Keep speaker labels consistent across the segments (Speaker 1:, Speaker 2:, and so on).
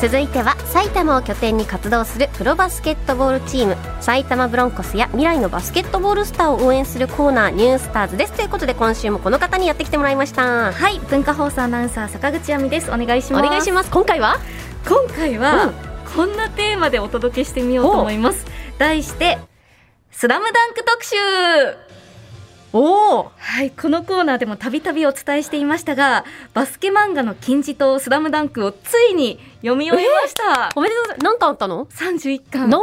Speaker 1: 続いては埼玉を拠点に活動するプロバスケットボールチーム埼玉ブロンコスや未来のバスケットボールスターを応援するコーナーニュースターズですということで今週もこの方にやってきてもらいました
Speaker 2: はい文化放送アナウンサー坂口亜美ですお願いし
Speaker 1: お
Speaker 2: ます
Speaker 1: 願いします今回は
Speaker 2: 今回は、
Speaker 1: うん
Speaker 2: こんなテーマでお届けしてみようと思います題してスラムダンク特集
Speaker 1: おお
Speaker 2: はいこのコーナーでもたびたびお伝えしていましたがバスケ漫画の金字塔スラムダンクをついに読み終えました、
Speaker 1: おめでとうございます何巻あったの
Speaker 2: 31巻
Speaker 1: の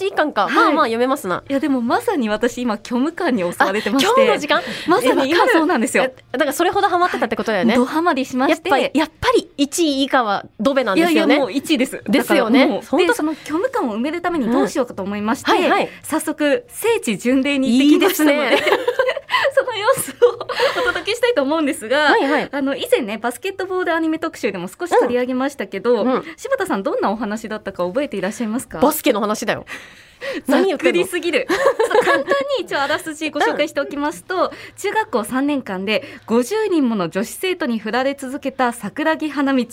Speaker 1: 31巻か、
Speaker 2: はい
Speaker 1: まあまあ読めますない
Speaker 2: やでもまさに私今虚無感に襲われてま
Speaker 1: 今
Speaker 2: して
Speaker 1: 日の時間
Speaker 2: まさに今そうなんですよ
Speaker 1: えだからそれほどハマってたってことだよね、
Speaker 2: ドハマりしま
Speaker 1: やっ
Speaker 2: して
Speaker 1: ぱりやっぱり1位以下はドベなん
Speaker 2: い
Speaker 1: で
Speaker 2: や
Speaker 1: す
Speaker 2: い
Speaker 1: よ
Speaker 2: や
Speaker 1: ね
Speaker 2: もう1位です
Speaker 1: ですよね
Speaker 2: だからもう
Speaker 1: 本当
Speaker 2: でその虚無感を埋めるためにどうしようかと思いまして、
Speaker 1: うんはいはい
Speaker 2: 早速聖地巡礼に
Speaker 1: い
Speaker 2: 行
Speaker 1: い
Speaker 2: ってき
Speaker 1: で
Speaker 2: ました
Speaker 1: す
Speaker 2: ので
Speaker 1: ね
Speaker 2: その様子をお届けしたいと思うんですが、
Speaker 1: はいはい
Speaker 2: あの以前ねバスケットボールアニメ特集でも少し取り上げましたけど、
Speaker 1: うん
Speaker 2: 柴田さんどんなお話だったか覚えていらっしゃいますか
Speaker 1: バスケの話だよ
Speaker 2: ざっ
Speaker 1: 何言っ
Speaker 2: く
Speaker 1: てん
Speaker 2: り
Speaker 1: の
Speaker 2: すぎ る。ちょっと簡単に一応あらすじご紹介しておきますと、中学校3年間で50人もの女子生徒に振られ続けた桜木花道。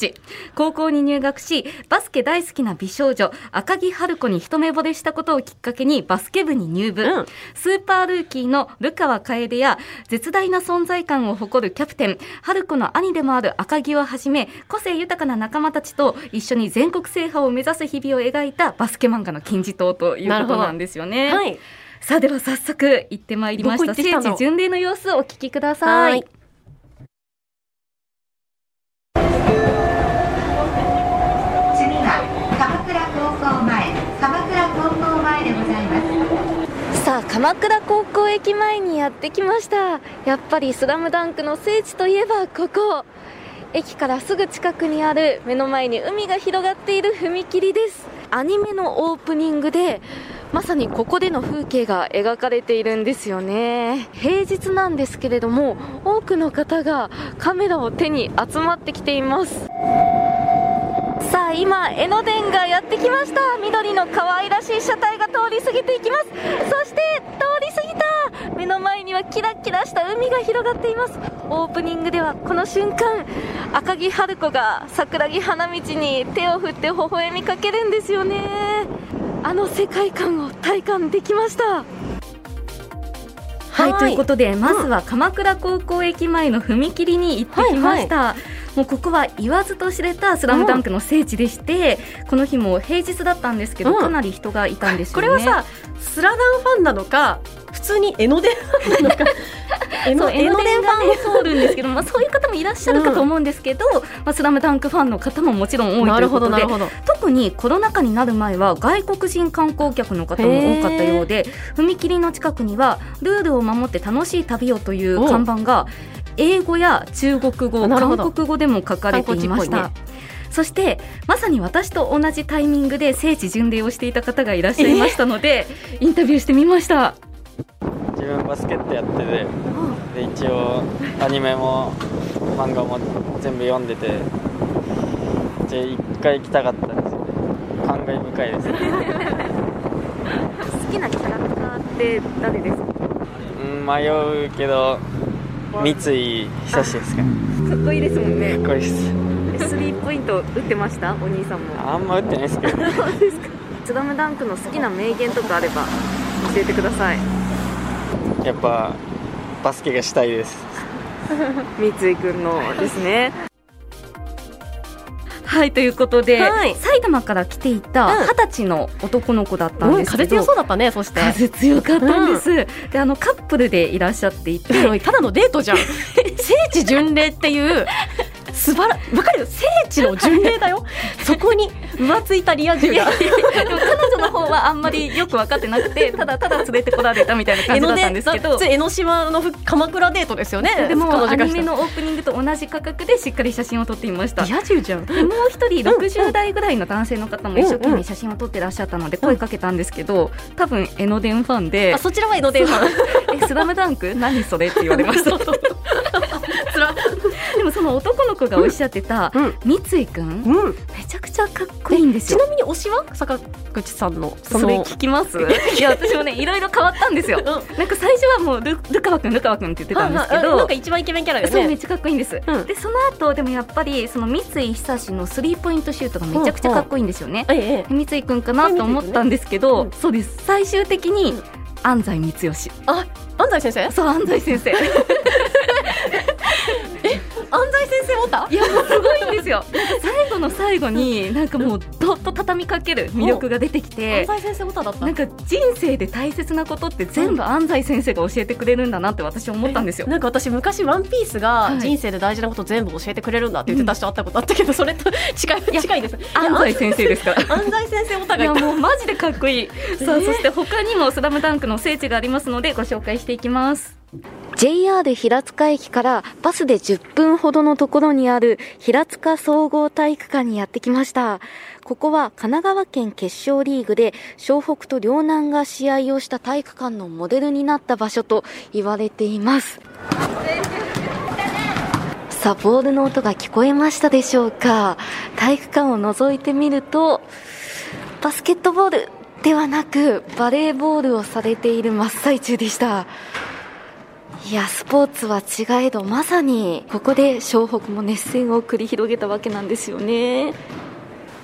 Speaker 2: 高校に入学し、バスケ大好きな美少女、赤木春子に一目惚れしたことをきっかけにバスケ部に入部。
Speaker 1: うん
Speaker 2: スーパールーキーのルカワ楓や絶大な存在感を誇るキャプテン春子の兄でもある赤木をはじめ個性豊かな仲間たちと一緒に全国制覇を目指す日々を描いたバスケ漫画の金字塔ということなんですよね。
Speaker 1: はい
Speaker 2: さあでは早速行ってまいりまし
Speaker 1: ど
Speaker 2: た
Speaker 1: こ行ってきたの
Speaker 2: 聖地巡礼の様子をお聞きくださ
Speaker 1: はいい。
Speaker 3: 次は鎌倉高校前鎌倉高校前でございます
Speaker 4: さあ鎌倉高校駅前にやってきましたやっぱり「スラムダンクの聖地といえばここ駅からすぐ近くにある目の前に海が広がっている踏切ですアニメのオープニングでまさにここでの風景が描かれているんですよね平日なんですけれども多くの方がカメラを手に集まってきていますさあ今江ノ電がやってきました緑の可愛らしい車体が通り過ぎていきますそして通り過ぎた目の前にはキラキラした海が広がっていますオープニングではこの瞬間赤木春子が桜木花道に手を振って微笑みかけるんですよねあの世界観を体感できました
Speaker 2: はい、
Speaker 1: はい
Speaker 2: ということでまずは鎌倉高校駅前の踏切に行ってきました、もうここは言わずと知れた「スラムダンクの聖地でして、この日も平日だったんですけど、
Speaker 1: うん
Speaker 2: かなり人がいたんですよ
Speaker 1: こ
Speaker 2: ね
Speaker 1: れはさスラダンファンなのか普通に江ノ電ファン なのか江
Speaker 2: そう
Speaker 1: ノ
Speaker 2: 江
Speaker 1: 江
Speaker 2: ノ
Speaker 1: ノ
Speaker 2: 電
Speaker 1: 電
Speaker 2: フ
Speaker 1: フ
Speaker 2: ァ
Speaker 1: ァ
Speaker 2: ン
Speaker 1: ン
Speaker 2: もそうるんですけど、まあ、そういう方もいらっしゃるかと思うんですけど「まあ、スラムダンクファンの方ももちろん多い
Speaker 1: な
Speaker 2: とい
Speaker 1: る
Speaker 2: うこ
Speaker 1: ほ
Speaker 2: と
Speaker 1: ど
Speaker 2: で
Speaker 1: なるほど
Speaker 2: 特にコロナ禍になる前は外国人観光客の方も多かったようで踏切の近くには「ルールを守って楽しい旅を」という看板が英語や中国語
Speaker 1: あなるほ
Speaker 2: 韓
Speaker 1: ど
Speaker 2: 国語でも書かれていま
Speaker 1: 観光地
Speaker 2: し
Speaker 1: っぽい
Speaker 2: た
Speaker 1: ね。
Speaker 2: そしてまさに私と同じタイミングで聖地巡礼をしていた方がいらっしゃいましたので、インタビューしてみました。
Speaker 5: 自分バスケットやっててで一応アニメも漫画も全部読んでてで一回行きたかったんですよね感慨深いですね
Speaker 4: 好きなキャラクターって誰ですか
Speaker 5: うん迷うけど三井久志ですかね
Speaker 4: かっこいいですもんね
Speaker 5: かっこいいです
Speaker 4: スリーポイント打ってましたお兄さんも
Speaker 5: あんま打ってないですけど
Speaker 4: スラムダンクの好きな名言とかあれば教えてください
Speaker 5: やっぱバスケがしたいです
Speaker 4: 三井くんのですね
Speaker 2: はいということで、
Speaker 1: はい
Speaker 2: 埼玉から来ていた
Speaker 1: う
Speaker 2: 二
Speaker 1: ん
Speaker 2: 十歳の男の子だったん
Speaker 1: う
Speaker 2: で
Speaker 1: ん、
Speaker 2: すけ
Speaker 1: 風
Speaker 2: ど、
Speaker 1: 強そうだったねそして
Speaker 2: 風強かったんです、であのカップルでいらっしゃっていて
Speaker 1: おいただのデート じゃん聖地巡礼っていう素晴らわかるよ聖地の巡 礼だよそこに浮ついたリア充
Speaker 2: いや
Speaker 1: が
Speaker 2: いやでも彼女の方はあんまりよく分かってなくてただただ連れてこられたみたいな感
Speaker 1: 江
Speaker 2: じだ
Speaker 1: ノ
Speaker 2: ったん
Speaker 1: 電
Speaker 2: ですけど
Speaker 1: 普通江ノ島のふ鎌倉デートですよね
Speaker 2: でもア
Speaker 1: 彼女から
Speaker 2: ニ
Speaker 1: した
Speaker 2: メ
Speaker 1: ら
Speaker 2: のオープニングと同じ価格でしっかり写真を撮っていました
Speaker 1: リア充じゃん
Speaker 2: でもう一人
Speaker 1: うんうん
Speaker 2: 60代ぐらいの男性の方も一生懸
Speaker 1: うんう
Speaker 2: 命
Speaker 1: ん
Speaker 2: 写真を撮ってらっしゃったので声かけたんですけど多分江ノ電ファンで
Speaker 1: あそちらは 江ノ電ファン
Speaker 2: 「えスラムダンク何それ?」って言われました
Speaker 1: そうそうそうつら
Speaker 2: でもその男の子がおっしゃってた
Speaker 1: うん
Speaker 2: 三井くんめ
Speaker 1: うん、
Speaker 2: ちゃくちゃかっこいいんです
Speaker 1: ち
Speaker 2: よ
Speaker 1: なみに推しは坂口さんのそ
Speaker 2: それ
Speaker 1: の
Speaker 2: 聞きますいや私も ねいろいろ変わったんですよなんか最初はもうルルカワくんルカワくんって言ってたんですけ
Speaker 1: はいはいあな
Speaker 2: ど
Speaker 1: んか一番イケメンキャラ
Speaker 2: そう
Speaker 1: よ
Speaker 2: めっ
Speaker 1: ね
Speaker 2: ちゃかっこいいんです、
Speaker 1: うん
Speaker 2: でその後でもやっぱりその三井久志のスリーポイントシュートがめちゃくちゃかっこいいんですよね、
Speaker 1: ええええ
Speaker 2: 三井くんかなと思ったんですけど、
Speaker 1: うん
Speaker 2: そうです最終的に安西光義
Speaker 1: 安西先生安
Speaker 2: そう安西 先生い
Speaker 1: 西先生持った
Speaker 2: やもうすごいんですよ最後の最後になんかもうどっと畳みかける魅力が出てきて
Speaker 1: 安西先生持っただった
Speaker 2: なんか人生で大切なことって全部安西先生が教えてくれるんだなって私思ったんですよ
Speaker 1: なんか私昔ワンピース
Speaker 2: は
Speaker 1: が
Speaker 2: い
Speaker 1: 人生で大事なこと全部教えてくれるんだって言ってた人会ったことあったけど、それと近い近いです
Speaker 2: 安西先生ですから
Speaker 1: 安西先生お
Speaker 2: い
Speaker 1: 互い
Speaker 2: や
Speaker 1: い
Speaker 2: もうマジでかっ こいい、さあ
Speaker 1: えー
Speaker 2: そして他にも「スラムダンクの聖地がありますのでご紹介していきます
Speaker 4: JR 平塚駅からバスで10分ほどのところにある平塚総合体育館にやってきました。ここは神奈川県決勝リーグで湘北と両南が試合をした体育館のモデルになった場所と言われています。さあ、ボールの音が聞こえましたでしょうか体育館を覗いてみると、バスケットボールではなくバレーボールをされている真っ最中でした。いやスポーツは違えどまさにここで湘北も熱戦を繰り広げたわけなんですよね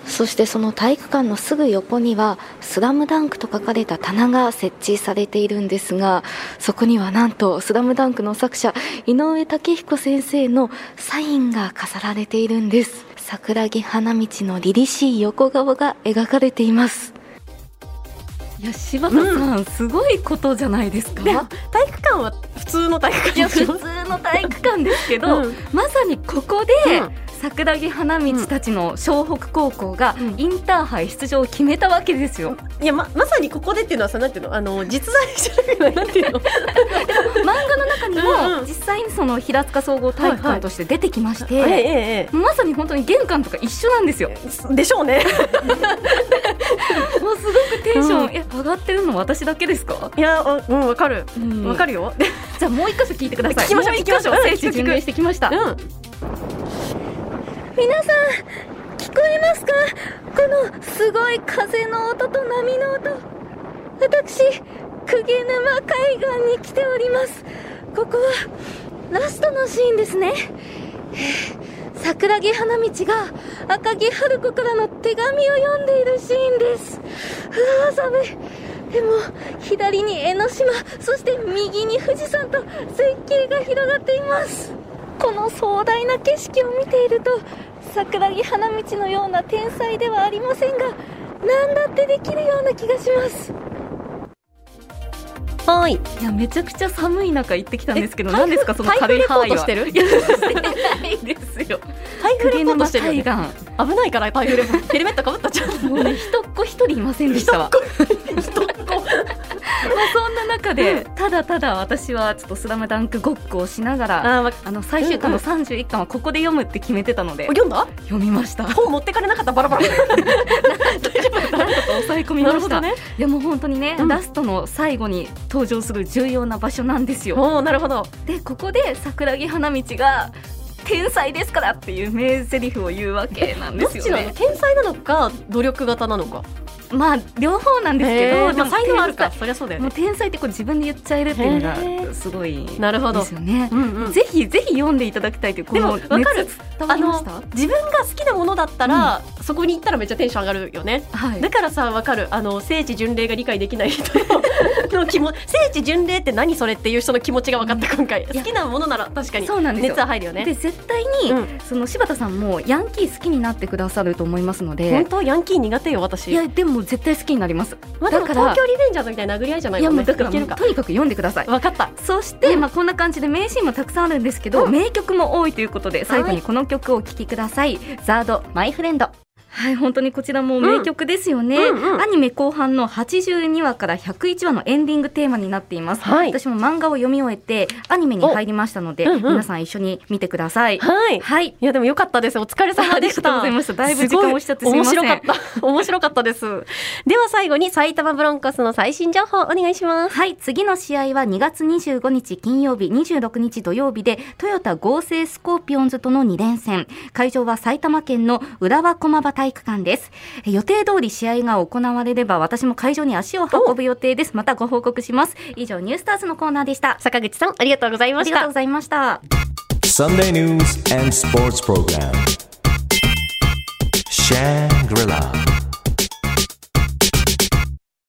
Speaker 4: そしてその体育館のすぐ横には「スラムダンクと書かれた棚が設置されているんですがそこにはなんと「スラムダンクの作者井上武彦先生のサインが飾られているんです桜木花道の凛々しい横顔が描かれています
Speaker 2: いや柴田さん、すごいことじゃないですか
Speaker 1: 体育館は普通の体育館
Speaker 2: いや普
Speaker 1: でし
Speaker 2: 通
Speaker 1: ょ
Speaker 2: の体育館ですけど、
Speaker 1: うん
Speaker 2: まさにここで、
Speaker 1: うん
Speaker 2: 桜木花道たちの湘北高校が
Speaker 1: うん
Speaker 2: インターハイ出場を決めたわけですよ、
Speaker 1: いやままさにここでっていうのはさなんていうのあの実在じゃなくないなんていうの
Speaker 2: 漫画の中に
Speaker 1: うんう
Speaker 2: も
Speaker 1: ん
Speaker 2: 実際にその平塚総合体育館として出てきまして、
Speaker 1: えええ
Speaker 2: まさに本当に玄関とか一緒なんですよも
Speaker 1: えでしょうね
Speaker 2: うすごくテンション、
Speaker 1: うん
Speaker 2: え上がってるの私だけですか
Speaker 1: いやわうんわかる
Speaker 2: うん
Speaker 1: わかるよ、
Speaker 2: じゃあもう一箇所聞いてください
Speaker 1: 聞きましょう
Speaker 2: も一箇所
Speaker 1: 聞きましょ
Speaker 2: 聖
Speaker 1: う
Speaker 2: 地巡礼してきました
Speaker 1: うん
Speaker 4: 皆さん聞こえますかこのすごい風の音と波の音私鵠沼海岸に来ておりますここはラストのシーンですねえー桜木花道が赤木春子からの手紙を読んでいるシーンですうわー寒いでも左に江ノ島そして右に富士山と絶景が広がっていますこの壮大な景色を見ていると桜木花道のような天才ではありませんが何だってできるような気がします
Speaker 1: はーい
Speaker 2: いやめちゃくちゃ寒い中行ってきたんですけど
Speaker 1: え
Speaker 2: 何ですかその軽い範囲は
Speaker 1: 台風レポートして
Speaker 2: い
Speaker 1: る
Speaker 2: やしてないですよ
Speaker 1: 台風レポートしてる
Speaker 2: 鵠
Speaker 1: よ、ね、
Speaker 2: 沼海
Speaker 1: 危ないから台風レポートヘルメットかぶったじゃん
Speaker 2: 岸もうね人っ子一人いませんでしたわ まあそんな中でただただ私はちょっと「スラムダンクごっこをしながら
Speaker 1: あー、ま、
Speaker 2: あの最終巻の31巻はここで読むって決めてたので
Speaker 1: 読んだ
Speaker 2: 読み ました
Speaker 1: 本持ってかれなかったバラ バラ
Speaker 2: なんとか抑え込みました、
Speaker 1: ね
Speaker 2: いやもう本当にね、
Speaker 1: うん
Speaker 2: ラストの最後に登場する重要な場所なんですよ
Speaker 1: おおなるほど
Speaker 2: でここで桜木花道が天才ですからっていう名台詞を言うわけなん
Speaker 1: ど
Speaker 2: で
Speaker 1: っ
Speaker 2: す
Speaker 1: ち
Speaker 2: よ
Speaker 1: なの
Speaker 2: ね。
Speaker 1: 天才なのか努力型なのか
Speaker 2: まあ両方なんですけ
Speaker 1: へ
Speaker 2: ど、
Speaker 1: ー
Speaker 2: で
Speaker 1: まあ
Speaker 2: も
Speaker 1: 才能あるか
Speaker 2: 天
Speaker 1: そりゃそうだ
Speaker 2: 才
Speaker 1: よ
Speaker 2: もう
Speaker 1: ね
Speaker 2: 天才ってこう自分で言っちゃえるっていう
Speaker 1: へ
Speaker 2: の
Speaker 1: ー
Speaker 2: がすごい
Speaker 1: なるほど
Speaker 2: ですよね。
Speaker 1: うんうん
Speaker 2: ぜひぜひ読んでいただきたいというこ
Speaker 1: でも
Speaker 2: の
Speaker 1: わかる
Speaker 2: 熱伝わりました。
Speaker 1: 自分が好きなものだったら、そこに行ったらめっちゃテンション上がるよね
Speaker 2: はい
Speaker 1: だ。からさわかるあの聖地巡礼が理解できない人のの気も 聖地巡礼って何それっていう人の気持ちが分かった今回
Speaker 2: いや
Speaker 1: 好きなものなら確かに
Speaker 2: そうなんですよ
Speaker 1: 熱は入るよ
Speaker 2: で
Speaker 1: ね
Speaker 2: 絶対に、
Speaker 1: うん
Speaker 2: その柴田さんもヤンキー好きになってくださると思いますの
Speaker 1: 本
Speaker 2: で。
Speaker 1: 当ヤンキー苦手よ私
Speaker 2: いやでも絶対好きになります。
Speaker 1: まあ、でも
Speaker 2: だから
Speaker 1: 東京リベンジャーズみたいな殴り合いじゃない
Speaker 2: いや
Speaker 1: もん
Speaker 2: も
Speaker 1: ね
Speaker 2: うだから
Speaker 1: いけ
Speaker 2: も
Speaker 1: る
Speaker 2: う
Speaker 1: か
Speaker 2: とにかく読んでください。
Speaker 1: 分かった
Speaker 2: そして、
Speaker 1: うん
Speaker 2: まあ、こんな感じで名シーンもたくさんあるんですけど、
Speaker 1: うん
Speaker 2: 名曲も多いということで最後
Speaker 1: は
Speaker 2: にこの曲をお聴きください「ザードマイフレンドはい、本当にこちらも名曲ですよね、
Speaker 1: うんうん
Speaker 2: アニメ後半の82話から101話のエンディングテーマになっています、
Speaker 1: はい
Speaker 2: 私も漫画を読み終えてアニメに入りましたので、
Speaker 1: おうんうん
Speaker 2: 皆さん一緒に見てください
Speaker 1: はい
Speaker 2: はい
Speaker 1: いやでも良かったです。お疲れ様
Speaker 2: ありがと
Speaker 1: でし
Speaker 2: う
Speaker 1: た。
Speaker 2: ございましただいぶ時間を押しちゃってすいません
Speaker 1: ごい面白かった。面白かったです。では最後に埼玉ブロンコスの最新情報お願いします。
Speaker 2: はい、次の試合は2月25日金曜日、26日土曜日で、トヨタ合成スコーピオンズとの2連戦。会場は埼玉県の浦和駒場体育館です。え予定通り試合が行われれば、私も会場に足を運ぶ予定です。またご報告します。以上、ニュースターズのコーナーでした。
Speaker 1: 坂口さんありがとうござい
Speaker 2: あ
Speaker 1: ま
Speaker 2: り
Speaker 1: し
Speaker 2: がとう
Speaker 1: た
Speaker 2: ご。ざいました。
Speaker 6: Sunday news and sports program. Shangri-La.